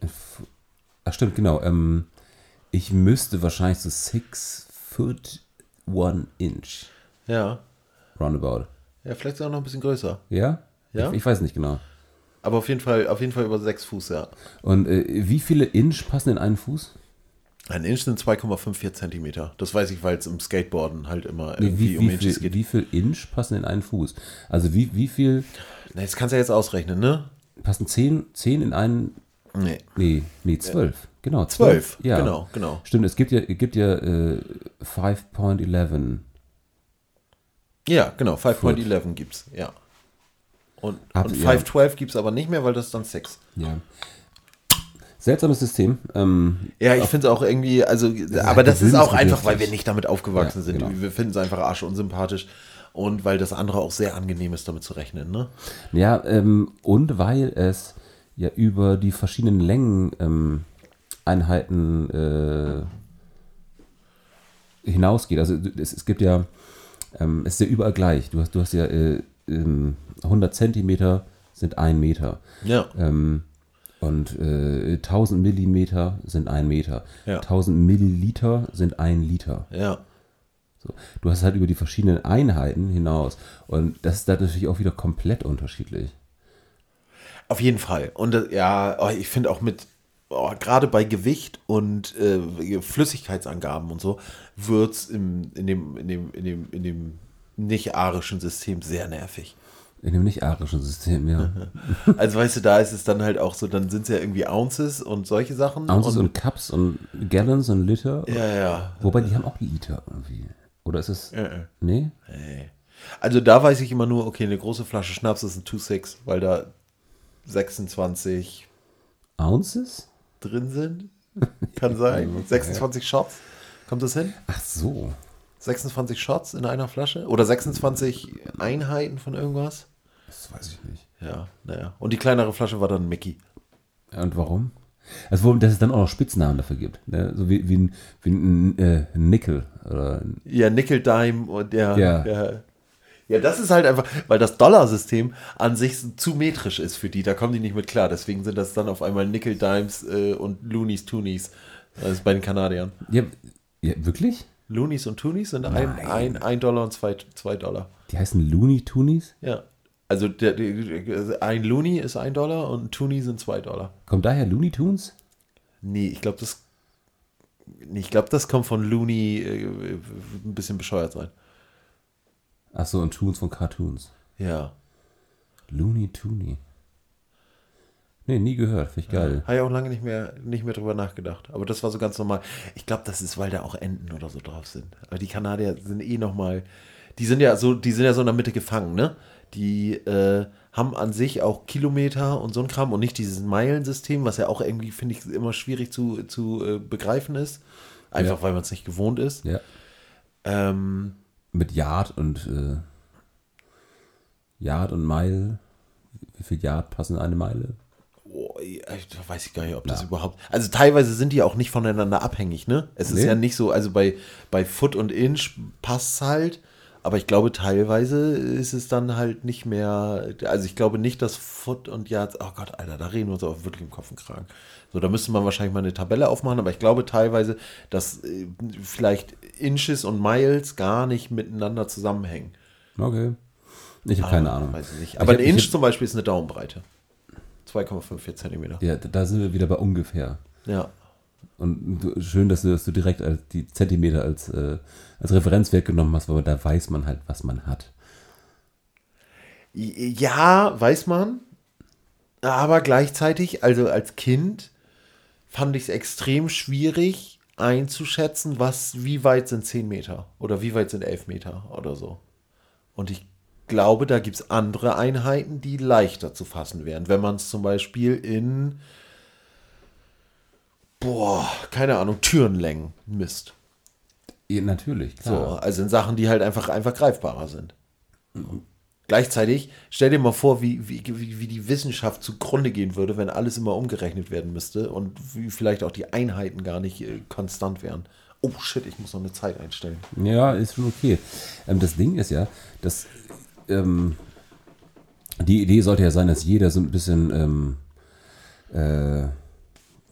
Ach stimmt, genau. Ähm, ich müsste wahrscheinlich so 6 foot 1 inch
Ja.
roundabout.
Ja, vielleicht auch noch ein bisschen größer.
Ja?
Ja.
Ich, ich weiß nicht genau.
Aber auf jeden Fall, auf jeden Fall über sechs Fuß, ja.
Und äh, wie viele Inch passen in einen Fuß?
Ein Inch sind 2,54 Zentimeter. Das weiß ich, weil es im Skateboarden halt immer
Nee,
irgendwie
wie,
um
wie,
Inches
viel,
geht.
wie viel Inch passen in einen Fuß? Also wie, wie viel
Na, das kannst du ja jetzt ausrechnen, ne?
passen 10, 10 in einen
Nee.
Nee, nee, zwölf. Genau,
Zwölf,
zwölf. Ja.
genau, genau.
Stimmt, es gibt ja, es gibt ja äh, 5.11.
Ja, genau, 5.11 gibt's, ja. Und,
Ab-
und
ja.
5.12 gibt's aber nicht mehr, weil das ist dann 6.
Ja. Seltsames System. Ähm,
Ja, ich finde es auch irgendwie, also, aber das ist auch einfach, weil wir nicht damit aufgewachsen
Ja,
sind.
genau.
Wir finden es einfach arsch unsympathisch und weil das andere auch sehr angenehm ist, damit zu rechnen, ne?
ja, ähm, und weil es ja über die verschiedenen Längen ähm, Einheiten äh, hinausgeht. Also es, es gibt ja, ähm, es ist ja überall gleich. Du hast, du hast ja äh, ähm, 100 Zentimeter sind ein Meter.
Ja.
Ähm, und äh, 1000 Millimeter sind ein Meter.
Ja.
1000 Milliliter sind ein Liter.
Ja.
So. Du hast halt über die verschiedenen Einheiten hinaus. Und das ist da natürlich auch wieder komplett unterschiedlich.
Auf jeden Fall. Und das, ja, oh, ich finde auch mit, oh, gerade bei Gewicht und äh, Flüssigkeitsangaben und so, wird es in dem, in dem, in dem, in dem nicht-arischen System sehr nervig.
In dem nicht-arischen System, ja.
Also weißt du, da ist es dann halt auch so, dann sind es ja irgendwie Ounces und solche Sachen.
Ounces
und,
und Cups und Gallons und Liter.
ja, ja.
Wobei die haben auch Liter irgendwie. Oder ist es.
Äh,
Nee?
Nee. Also da weiß ich immer nur, okay, eine große Flasche Schnaps ist ein 2-6, weil da 26
Ounces?
drin sind. Kann sein. 26 Shots. Kommt das hin?
Ach so.
26 Shots in einer Flasche? Oder 26 Einheiten von irgendwas?
Das weiß ich nicht.
Ja, naja. Und die kleinere Flasche war dann Mickey.
Und warum? Also, warum, dass es dann auch noch Spitznamen dafür gibt. Ne? So wie, wie ein, wie ein äh, Nickel oder ein
Ja, Nickel Dime und der.
Ja.
der ja, das ist halt einfach, weil das Dollarsystem an sich zu metrisch ist für die, da kommen die nicht mit klar. Deswegen sind das dann auf einmal Nickel Dimes äh, und Loonies Toonies. Das ist bei den Kanadiern.
Ja, ja wirklich?
Loonies und Toonies sind ein,
Nein.
ein, ein Dollar und zwei, zwei Dollar.
Die heißen Looney Toonies?
Ja. Also der, der, ein Looney ist ein Dollar und ein Toonie sind zwei Dollar.
Kommt daher Looney Tunes?
Nee, ich glaube, das. Nee, ich glaube, das kommt von Looney äh, ein bisschen bescheuert sein.
Achso, und Tunes von Cartoons.
Ja.
Looney Toonie. Nee, nie gehört. Finde ich geil.
Habe ich auch lange nicht mehr, nicht mehr drüber nachgedacht. Aber das war so ganz normal. Ich glaube, das ist, weil da auch Enten oder so drauf sind. Aber die Kanadier sind eh nochmal. Die sind ja so, die sind ja so in der Mitte gefangen, ne? Die äh, haben an sich auch Kilometer und so ein Kram und nicht dieses Meilensystem, was ja auch irgendwie, finde ich, immer schwierig zu, zu äh, begreifen ist. Einfach weil man es nicht gewohnt ist.
Ja.
Ähm,
Mit Yard und äh, Yard und Mile. Wie viel Yard passen in eine Meile?
Boah, ich weiß ich gar nicht, ob das überhaupt. Also teilweise sind die auch nicht voneinander abhängig, ne? Es ist
Nee.
ja nicht so, also bei, bei Foot und Inch passt halt, aber ich glaube teilweise ist es dann halt nicht mehr. Also ich glaube nicht, dass Foot und Yards. Oh Gott, Alter, da reden wir uns auch wirklich im Kopf und Kragen. So, da müsste man wahrscheinlich mal eine Tabelle aufmachen, aber ich glaube teilweise, dass äh, vielleicht Inches und Miles gar nicht miteinander zusammenhängen.
Okay. Ich habe keine
Ah,
Ahnung.
Weiß ich nicht.
Ich
Aber
hab-
ein
ich
Inch
hab-
zum Beispiel ist eine Daumenbreite. 2,54 Zentimeter.
Ja, da sind wir wieder bei ungefähr.
Ja.
Und du- schön, dass du, dass du direkt als, die Zentimeter als, äh, als Referenzwert genommen hast, weil da weiß man halt, was man hat.
Ja, weiß man. Aber gleichzeitig, also als Kind, fand ich es extrem schwierig einzuschätzen, was, wie weit sind 10 Meter oder wie weit sind 11 Meter oder so. Und ich glaube, da gibt es andere Einheiten, die leichter zu fassen wären. Wenn man es zum Beispiel in, boah, keine Ahnung, Türenlängen misst.
Ja, natürlich,
So,
klar.
also in Sachen, die halt einfach, einfach greifbarer sind. Gleichzeitig, stell dir mal vor, wie, wie, wie wie die Wissenschaft zugrunde gehen würde, wenn alles immer umgerechnet werden müsste und wie vielleicht auch die Einheiten gar nicht äh, konstant wären. Oh shit, ich muss noch eine Zeit einstellen.
Ja, ist schon okay. Ähm, das Ding ist ja, dass ähm, die Idee sollte ja sein, dass jeder so ein bisschen, ähm, äh,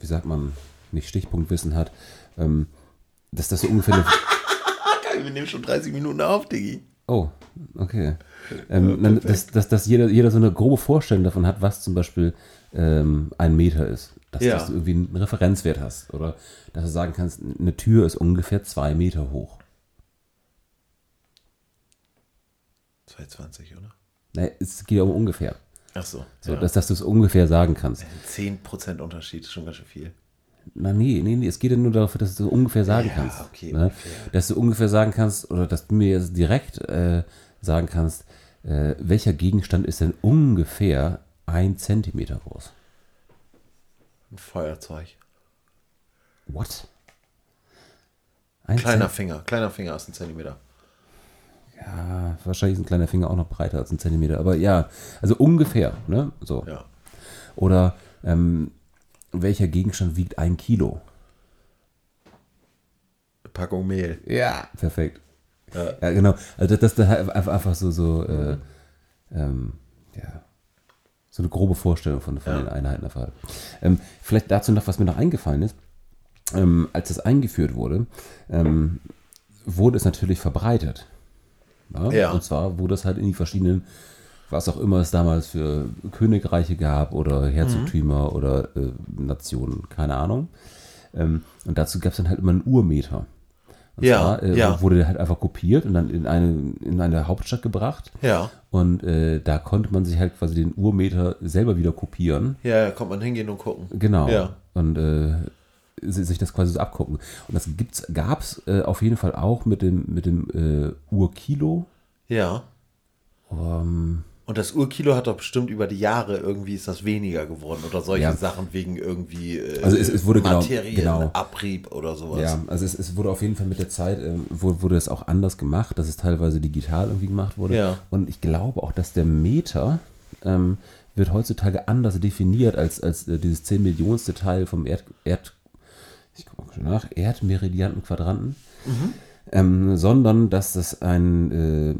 wie sagt man, nicht Stichpunktwissen hat, ähm, dass das so ungefähr eine,
Wir nehmen schon 30 Minuten auf, Diggi.
Oh, okay. Ähm, dann, dass dass, dass jeder, jeder so eine grobe Vorstellung davon hat, was zum Beispiel ähm, ein Meter ist. Dass,
Ja.
dass du irgendwie einen Referenzwert hast. Oder dass du sagen kannst, eine Tür ist ungefähr zwei Meter hoch.
220, oder?
Naja, es geht ja um ungefähr.
Ach so.
So,
ja.
dass, dass du es ungefähr sagen kannst.
10% Unterschied ist schon ganz schön viel.
Na, nee, nee, nee, es geht ja nur dafür, dass du ungefähr sagen
Ja,
kannst.
okay,
ne?
ungefähr.
Dass du ungefähr sagen kannst, oder dass du mir jetzt direkt äh, sagen kannst, äh, welcher Gegenstand ist denn ungefähr ein Zentimeter groß?
Ein Feuerzeug.
What? Ein
Kleiner Finger, kleiner Finger ist ein Zentimeter.
Zent- ja, Ah, wahrscheinlich ist ein kleiner Finger auch noch breiter als ein Zentimeter, aber ja, also ungefähr, ne? So.
Ja.
Oder ähm, welcher Gegenstand wiegt ein Kilo?
Packung Mehl.
Ja. Perfekt. Ja, genau. Also das, das ist einfach einfach so, so,
Mhm.
äh, ähm, ja, so eine grobe Vorstellung von, von
Ja.
den Einheiten einfach. hat. Ähm, vielleicht dazu noch, was mir noch eingefallen ist. Ähm, als das eingeführt wurde, ähm, wurde es natürlich verbreitet. Ja?
Ja.
Und zwar wurde es halt in die verschiedenen, was auch immer es damals für Königreiche gab oder Herzogtümer
Mhm.
oder äh, Nationen, keine Ahnung. Ähm, und dazu gab es dann halt immer einen Urmeter. Und
Ja,
zwar äh,
ja.
wurde der halt einfach kopiert und dann in eine, in eine Hauptstadt gebracht.
Ja.
Und äh, da konnte man sich halt quasi den Urmeter selber wieder kopieren.
Ja, da kommt man hingehen und gucken.
Genau.
Ja.
Und äh, si- sich das quasi so abgucken. Und das gibt's, gab's äh, auf jeden Fall auch mit dem, mit dem äh, Urkilo.
Ja.
Ähm,
Und das Urkilo hat doch bestimmt über die Jahre irgendwie ist das weniger geworden oder solche
Ja.
Sachen wegen irgendwie äh,
Also es- es wurde genau-
Materien,
genau.
Abrieb oder sowas.
ja, also es, es wurde auf jeden Fall mit der Zeit, ähm, wo- wurde es auch anders gemacht, dass es teilweise digital irgendwie gemacht wurde.
Ja.
Und ich glaube auch, dass der Meter ähm, wird heutzutage anders definiert als, als äh, dieses 10 Millionenste Teil vom Erd, Erd ich guck mal schon nach, Erdmeridianten Quadranten,
Mhm.
ähm, sondern dass das ein, äh,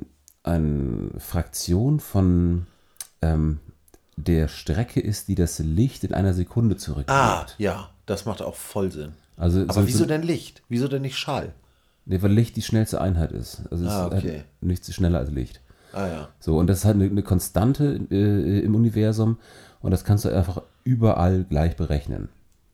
eine Fraktion von ähm, der Strecke ist, die das Licht in einer Sekunde zurücklegt.
Ah, ja, das macht auch voll Sinn.
also
Aber
so-
wieso
so-
denn Licht? Wieso denn nicht Schall?
Nee, weil Licht die schnellste Einheit ist. Also es
Ah,
ist
okay.
halt nichts schneller als Licht.
Ah ja.
So, und das ist halt eine, eine Konstante äh, im Universum und das kannst du einfach überall gleich berechnen.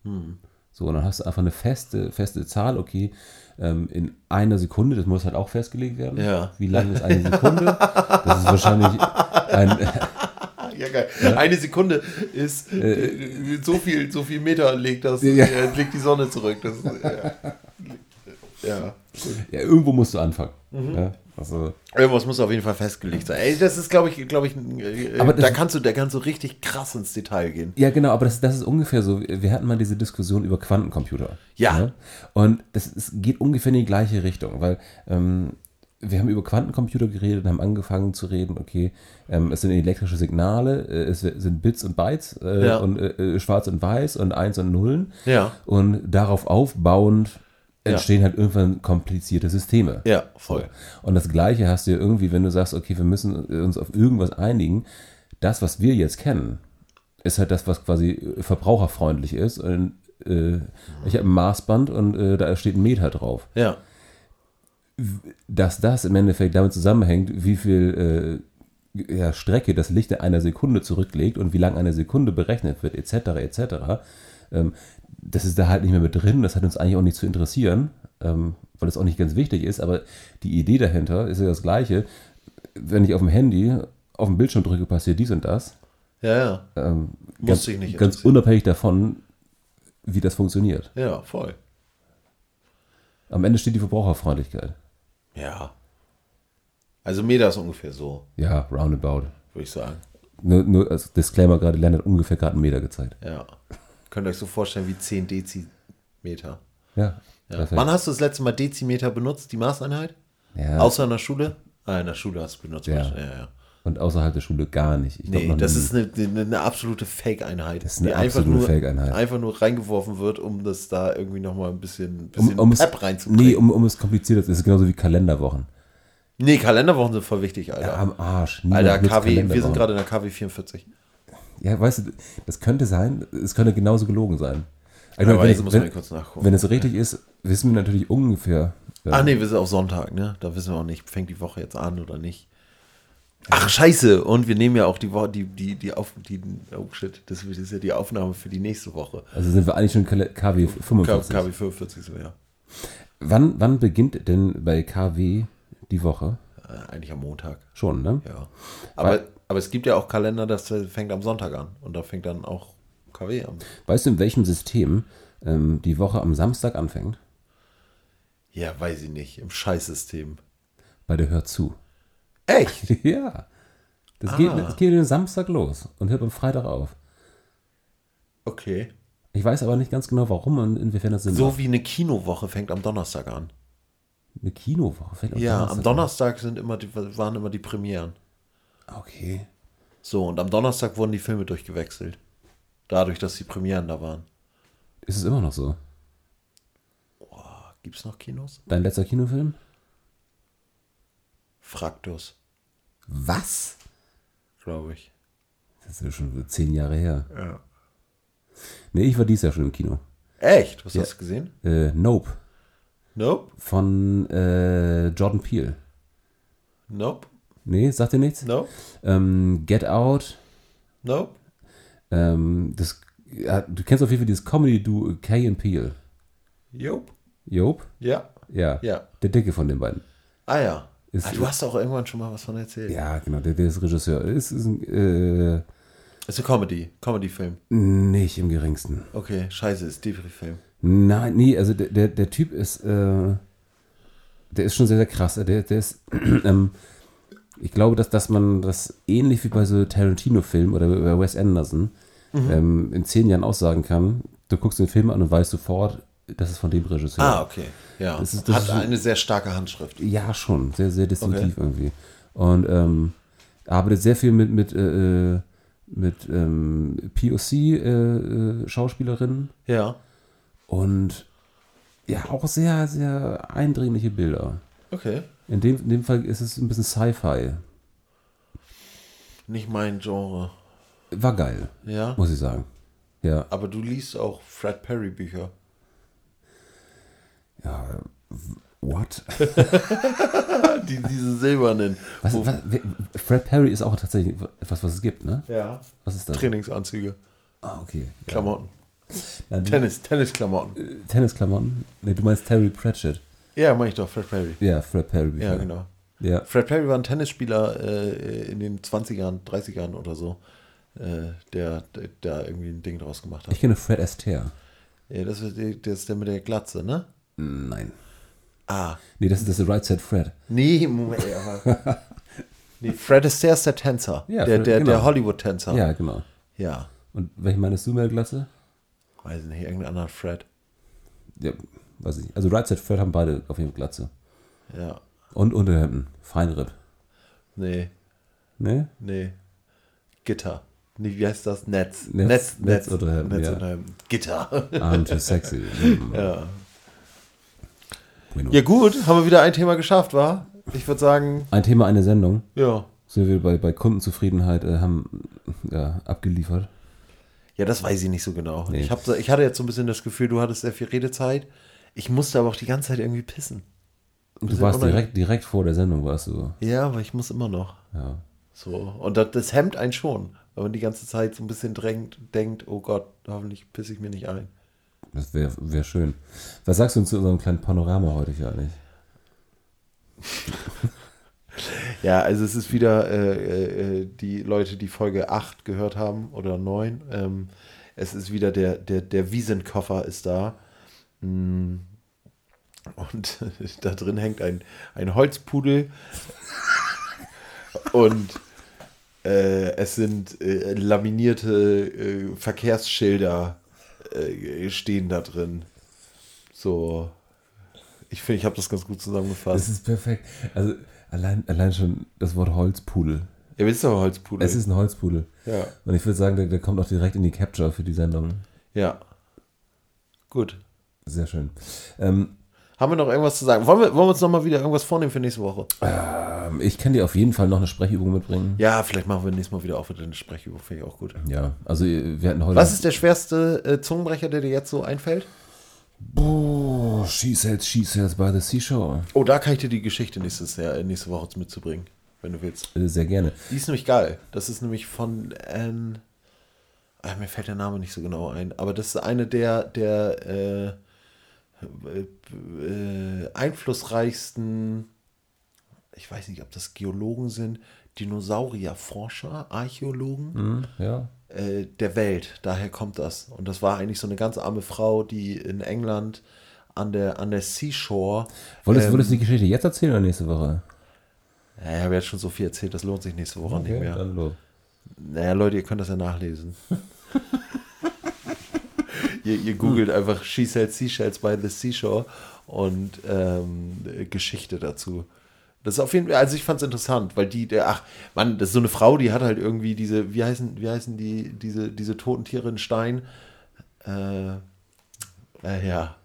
Hm.
So, und dann hast du einfach eine feste, feste Zahl, okay, ähm, in einer Sekunde, das muss halt auch festgelegt werden.
Ja.
Wie lange ist eine Sekunde? Das ist wahrscheinlich ein,
Ah, ja, geil. Eine Sekunde ist äh, so viel, so viel Meter legt das,
Ja.
äh, legt die Sonne zurück. Das, äh, ja.
ja, irgendwo musst du anfangen.
Mhm.
Ja, also,
Irgendwas muss auf jeden Fall festgelegt sein. Ey, das ist, glaube ich, glaube ich, äh,
Aber das-
da kannst du, da kannst du richtig krass ins Detail gehen.
Ja, genau, aber das, das ist ungefähr so. Wir hatten mal diese Diskussion über Quantencomputer.
Ja.
Ne? Und das, es geht ungefähr in die gleiche Richtung, weil ähm, wir haben über Quantencomputer geredet, haben angefangen zu reden, okay, ähm, es sind elektrische Signale, äh, es sind Bits und Bytes äh,
Ja.
und äh, äh, schwarz und weiß und Eins und Nullen.
Ja.
Und darauf aufbauend entstehen halt irgendwann komplizierte Systeme.
Ja, voll.
Und das Gleiche hast du ja irgendwie, wenn du sagst, okay, wir müssen uns auf irgendwas einigen. Das, was wir jetzt kennen, ist halt das, was quasi äh, verbraucherfreundlich ist. Und, äh, ich habe ein Maßband und äh, da steht ein Meter drauf.
Ja.
Dass das im Endeffekt damit zusammenhängt, wie viel äh, ja, Strecke das Licht in einer Sekunde zurücklegt und wie lang eine Sekunde berechnet wird, etc., etc., ähm, das ist da halt nicht mehr mit drin. Das hat uns eigentlich auch nicht zu interessieren, ähm, weil das auch nicht ganz wichtig ist. Aber die Idee dahinter ist ja das Gleiche. Wenn ich auf dem Handy auf dem Bildschirm drücke, passiert dies und das.
Ja, ja.
Ähm,
Muss
ganz,
sich nicht
ganz
interessieren.
unabhängig davon, wie das funktioniert.
Ja, voll.
Am Ende steht die Verbraucherfreundlichkeit.
Ja. Also mir das ungefähr so,
Ja, roundabout.
würde ich sagen.
Nur, nur als Disclaimer gerade, Lerner hat ungefähr gerade einen Meter gezeigt.
Ja. Könnt ihr euch so vorstellen wie 10 Dezimeter.
Ja,
Ja.
perfekt.
Wann hast du das letzte Mal Dezimeter benutzt, die Maßeinheit?
ja.
Außer in der Schule? Ah, in der Schule hast du es benutzt.
Ja.
wahrscheinlich. ja, ja.
und außerhalb der Schule gar nicht. Ich glaub,
Nee,
noch
das
nie.
ist eine, eine, eine absolute Fake-Einheit.
Das ist eine
die einfach
absolute
nur-
Fake-Einheit.
Einfach nur reingeworfen wird, um das da irgendwie nochmal ein bisschen,
um,
bisschen
um es,
Pep reinzubringen.
nee, um, um es komplizierter zu Das ist genauso wie Kalenderwochen.
Nee, Kalenderwochen sind voll wichtig, Alter.
Ja, am Arsch. Niemand
Alter,
nutzt
KW, wir
Kalenderwochen.
sind gerade in der KW 44.
Ja, weißt du, das könnte sein, es könnte genauso gelogen sein. Ich
Aber
wenn,
jetzt
es,
muss man
wenn,
kurz nachgucken.
wenn es richtig ist, wissen wir natürlich ungefähr. äh,
Ach nee, wir sind auf Sonntag, ne? Da wissen wir auch nicht, fängt die Woche jetzt an oder nicht. Ach, scheiße. Und wir nehmen ja auch die Woche, die, die, die, auf, die oh shit, das ist ja die Aufnahme für die nächste Woche.
Also sind wir eigentlich schon Kale- KW
K-
45.
KW 45 sind wir ja.
Wann, wann beginnt denn bei KW die Woche?
Äh, Eigentlich am Montag,
Schon, ne?
ja.
Weil-
Aber, aber es gibt ja auch Kalender, das fängt am Sonntag an. Und da fängt dann auch KW an.
Weißt du, in welchem System ähm, die Woche am Samstag anfängt?
Ja, weiß ich nicht. Im Scheißsystem.
Bei der Hör zu.
Echt?
ja. Das,
Ah.
geht, das geht am Samstag los und hört am Freitag auf.
Okay.
Ich weiß aber nicht ganz genau, warum und inwiefern das Sinn macht.
So wie eine Kinowoche fängt am Donnerstag an.
Eine Kinowoche fängt am
Ja, am Donnerstag
Donnerstag
sind immer die, waren immer die Premieren.
an. Okay.
So, und am Donnerstag wurden die Filme durchgewechselt. Dadurch, dass die Premieren da waren.
Ist es immer noch so?
Gibt es noch Kinos?
Dein letzter Kinofilm?
Fraktus,
Was?
glaube ich.
Das ist ja schon so zehn Jahre her.
Ja.
Nee, ich war dieses Jahr schon im Kino.
Echt? Was hast du gesehen?
Äh, nope.
Nope,
Von äh, Jordan Peele.
nope,
Nee, sagt dir nichts?
nope,
Ähm, Get Out.
nope.
Ähm, das, ja, du kennst auf jeden Fall dieses Comedy-Duo Kay und Peele.
Jop.
Job?
Ja.
Ja.
Ja.
Der Dicke von den beiden.
Ah ja.
Ist-
ah, du hast auch irgendwann schon mal was von erzählt.
Ja, genau, der, der ist Regisseur. Ist, ist ein, äh,
Ist ein Comedy, Comedy-Film.
nicht im geringsten.
Okay, scheiße, ist Debris-Film.
Nein, nee, also der, der, der Typ ist, äh, der ist schon sehr, sehr krass. Der, der ist, ähm, ich glaube, dass, dass man das ähnlich wie bei so Tarantino-Filmen oder bei Wes Anderson
Mhm.
ähm, in zehn Jahren aussagen kann, du guckst den Film an und weißt sofort, das ist von dem Regisseur.
Ah, okay. Ja.
Das ist- das
Hat
ist-
eine sehr starke Handschrift.
Ja, schon. Sehr, sehr distinktiv
Okay.
irgendwie. Und ähm, arbeitet sehr viel mit, mit, äh, äh, mit ähm, POC-Schauspielerinnen
Ja.
äh, und ja, auch sehr, sehr eindringliche Bilder.
Okay.
In dem, in dem Fall ist es ein bisschen Sci-Fi.
Nicht mein Genre.
War geil,
Ja.
muss ich sagen. Ja,
Aber du liest auch Fred Perry Bücher.
what?
Die, diese silbernen.
Was,
Wo-
was, wer- Fred Perry ist auch tatsächlich etwas, was es gibt, ne?
Ja.
Was ist das?
Trainingsanzüge.
Ah, okay.
Klamotten.
Nein, du-
Tennis, Tennisklamotten.
Tennisklamotten? Nee, du meinst Terry Pratchett.
Ja, meine ich doch, Fred Perry.
Ja, Fred Perry.
Ja, genau.
Ja.
Fred Perry war ein Tennisspieler äh, in den 20ern, 30ern oder so, äh, der der da irgendwie ein Ding draus gemacht
Ich
hat.
kenne Fred Astaire.
Ja, das, ist der- das ist der mit der Glatze, ne?
Nein.
Ah,
Nee, das ist das ist Right Said Fred.
nee, Moment, aber... Nee, Fred Astaire ist der Tänzer,
Ja,
der,
Fred-
der,
genau.
der Hollywood-Tänzer.
Ja, genau.
ja.
Und welchen meinst du mit der Glatze?
Weiß nicht, irgendein anderer Fred.
Ja, weiß ich nicht. Also Right Said Fred haben beide auf jeden Fall Glatze.
Ja.
Und Unterhemden. Feinripp.
Nee,
Ne?
nee. Gitter. Nee, wie heißt das? Netz.
Netz-
Netz, Netz,
Netzunterhemden, ja.
Netzunterhemden. Gitter.
I'm too sexy.
Ja.
Bueno.
ja, gut, haben wir wieder ein Thema geschafft, war? Ich würde sagen,
Ein Thema, eine Sendung.
ja.
Sind wir bei, bei Kundenzufriedenheit äh, haben ja, abgeliefert.
Ja, das weiß ich nicht so genau.
Nee.
Ich, hab, so- ich hatte jetzt so ein bisschen das Gefühl, du hattest sehr viel Redezeit. Ich musste aber auch die ganze Zeit irgendwie pissen.
Du
Bisschen
warst
unangenehm.
direkt, direkt vor der Sendung, warst du.
Ja, aber ich muss immer noch.
Ja.
So. Und das, das hemmt einen schon, wenn man die ganze Zeit so ein bisschen drängt, denkt, oh Gott, hoffentlich pisse ich mir nicht ein.
Das wäre wär schön. Was sagst du zu unserem kleinen Panorama heute hier eigentlich?
Ja, also es ist wieder äh, äh, die Leute, die Folge 8 gehört haben oder 9. Ähm, es ist wieder der, der, der Wiesenkoffer ist da. Mm. Und da drin hängt ein, ein Holzpudel. Und äh, es sind äh, laminierte äh, Verkehrsschilder äh, stehen da drin. So. Ich finde, ich habe das ganz gut zusammengefasst.
Das ist perfekt. Also allein, allein schon das Wort Holzpudel.
Ihr wisst doch Holzpudel.
Es ist ein Holzpudel.
Ja.
Und ich würde sagen, der, der kommt auch direkt in die Capture für die Sendung.
Ja. Gut.
Sehr schön. Ähm,
Haben wir noch irgendwas zu sagen? Wollen wir, wollen wir uns nochmal wieder irgendwas vornehmen für nächste Woche?
ich kann dir auf jeden Fall noch eine Sprechübung mitbringen.
Ja, vielleicht machen wir nächstes Mal wieder auch wieder eine Sprechübung. Finde ich auch gut.
Ja, also wir hatten heute.
Was ist der schwerste äh, Zungenbrecher, der dir jetzt so einfällt?
Boah, she sells, she sells by the seashore.
Oh, da kann ich dir die Geschichte nächstes Jahr, äh, nächste Woche mitzubringen, wenn du willst.
Äh, Sehr gerne.
Die ist nämlich geil. Das ist nämlich von ähm, ah, mir fällt der Name nicht so genau ein, aber das ist eine der der äh, äh, äh, einflussreichsten, ich weiß nicht, ob das Geologen sind, Dinosaurierforscher, Archäologen
Hm, ja.
äh, der Welt. Daher kommt das. Und das war eigentlich so eine ganz arme Frau, die in England an der an der Seashore.
Wolltest,
Ähm.
wolltest du die Geschichte jetzt erzählen oder nächste Woche?
Ja, ich habe jetzt schon so viel erzählt, das lohnt sich nächste Woche nicht mehr.
dann los.
Naja, Leute, ihr könnt das ja nachlesen. ihr, ihr googelt einfach She Sells Seashells by the Seashore und ähm, äh, Geschichte dazu. Das ist auf jeden Fall, also ich fand es interessant, weil die, der, ach, Mann, das ist so eine Frau, die hat halt irgendwie diese, wie heißen, wie heißen die, diese, diese toten Tiere in Stein? Äh, äh, ja,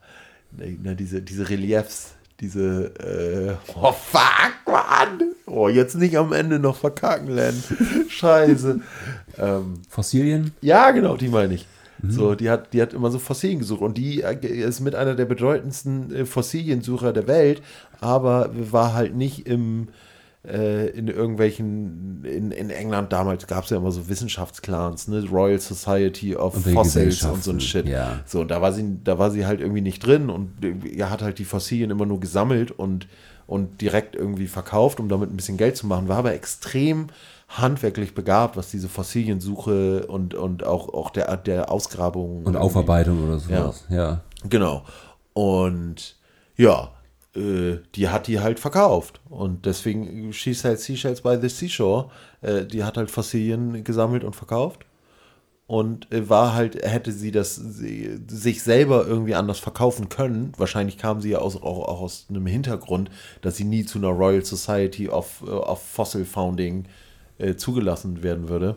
na, diese, diese Reliefs, diese, äh, oh fuck, Mann! Oh, jetzt nicht am Ende noch verkacken lernen. Scheiße. ähm,
Fossilien?
ja, genau, die meine ich. So, die hat, die hat immer so Fossilien gesucht und die äh, ist mit einer der bedeutendsten äh, Fossiliensucher der Welt, aber war halt nicht im äh, in irgendwelchen, in, in England damals gab es ja immer so Wissenschaftsclans, ne? Royal Society of
Und die
Fossils und so ein
Gesellschaften,
Shit.
ja.
So, und da war sie, da war sie halt irgendwie nicht drin und äh, er hat halt die Fossilien immer nur gesammelt und, und direkt irgendwie verkauft, um damit ein bisschen Geld zu machen. War aber extrem handwerklich begabt, was diese Fossiliensuche und, und auch, auch der, der Ausgrabung
Und Aufarbeitung oder sowas. Ja.
Genau. Und ja, äh, die hat die halt verkauft. Und deswegen, she sells seashells by the seashore. Äh, die hat halt Fossilien gesammelt und verkauft. Und äh, war halt, hätte sie das sie, sich selber irgendwie anders verkaufen können. Wahrscheinlich kam sie ja aus, auch, auch aus einem Hintergrund, dass sie nie zu einer Royal Society of, äh, of Fossil Founding äh, zugelassen werden würde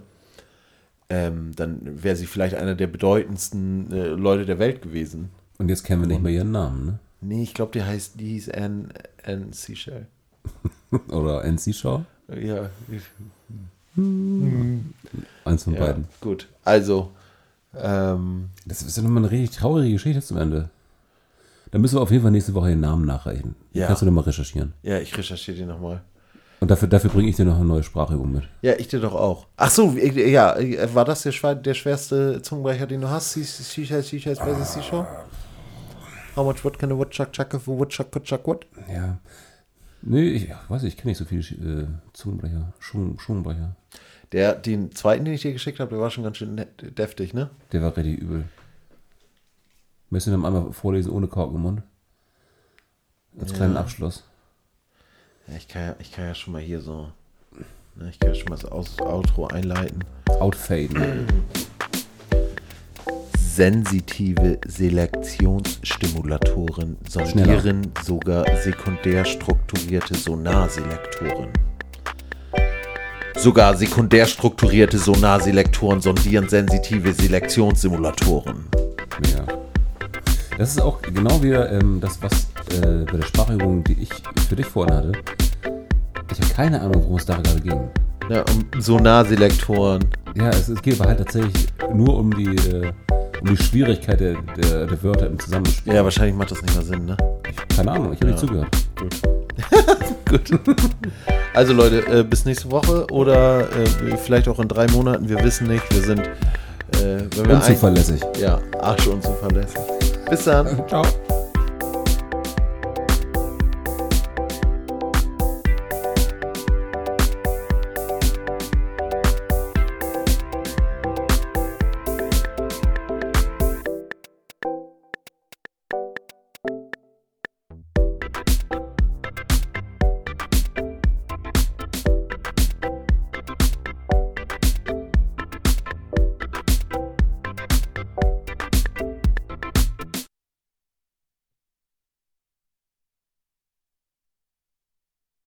ähm, dann wäre sie vielleicht einer der bedeutendsten äh, Leute der Welt gewesen.
Und jetzt kennen wir nicht mehr ihren Namen, ne?
Nee, ich glaube, die heißt, die hieß Anne, Anne Seashell.
Oder NC Shaw?
Ja,
Eins von
ja
beiden.
gut. Also, ähm,
Das ist ja nochmal eine richtig traurige Geschichte zum Ende. Da müssen wir auf jeden Fall nächste Woche den Namen nachreichen.
Ja.
Kannst du nochmal recherchieren.
ja, ich recherchiere die nochmal.
Und dafür, dafür bringe ich dir noch eine neue Sprachübung mit.
Ja, ich dir doch auch. Ach so, ich- ja, äh, war das der, schwer, der schwerste Zungenbrecher, den du hast? Seashell, Seashell, Seashell, Seashell? How much what can a woodchuck chuck if a woodchuck could chuck what?
Ja. Nee, ich ach, weiß nicht, ich kenne nicht so viele äh, Zungenbrecher, Schung, Schungenbrecher.
Der, den zweiten, den ich dir geschickt habe, der war schon ganz schön ne- deftig, ne?
Der war richtig übel. Müssen wir noch einmal vorlesen ohne Korken im Mund? Als kleinen Abschluss.
Ja, ich kann ja, ich kann ja schon mal hier so. ne, Ich kann ja
ne?
schon mal das Aus Outro einleiten.
Outfaden.
sensitive Selektionsstimulatoren sondieren sogar sekundär strukturierte Sonarselektoren. Sogar sekundär strukturierte Sonarselektoren sondieren sensitive Selektionssimulatoren.
Ja. Das ist auch genau wieder ähm, das, was äh, bei der Sprachübung, die ich für dich vorhin hatte. Ich habe keine Ahnung, worum es da gerade ging.
Ja, um Sonarselektoren.
Ja, es, es geht aber halt tatsächlich nur um die, äh, um die Schwierigkeit der, der, der Wörter im Zusammenspiel.
Ja, wahrscheinlich macht das nicht mehr Sinn, ne?
Keine Ahnung, ich habe nicht zugehört.
Also Leute, äh, bis nächste Woche oder äh, vielleicht auch in drei Monaten. Wir wissen nicht. Wir sind äh, wenn wir ein-
Unzuverlässig.
Ja, arsch unzuverlässig. Bis dann.
Ciao.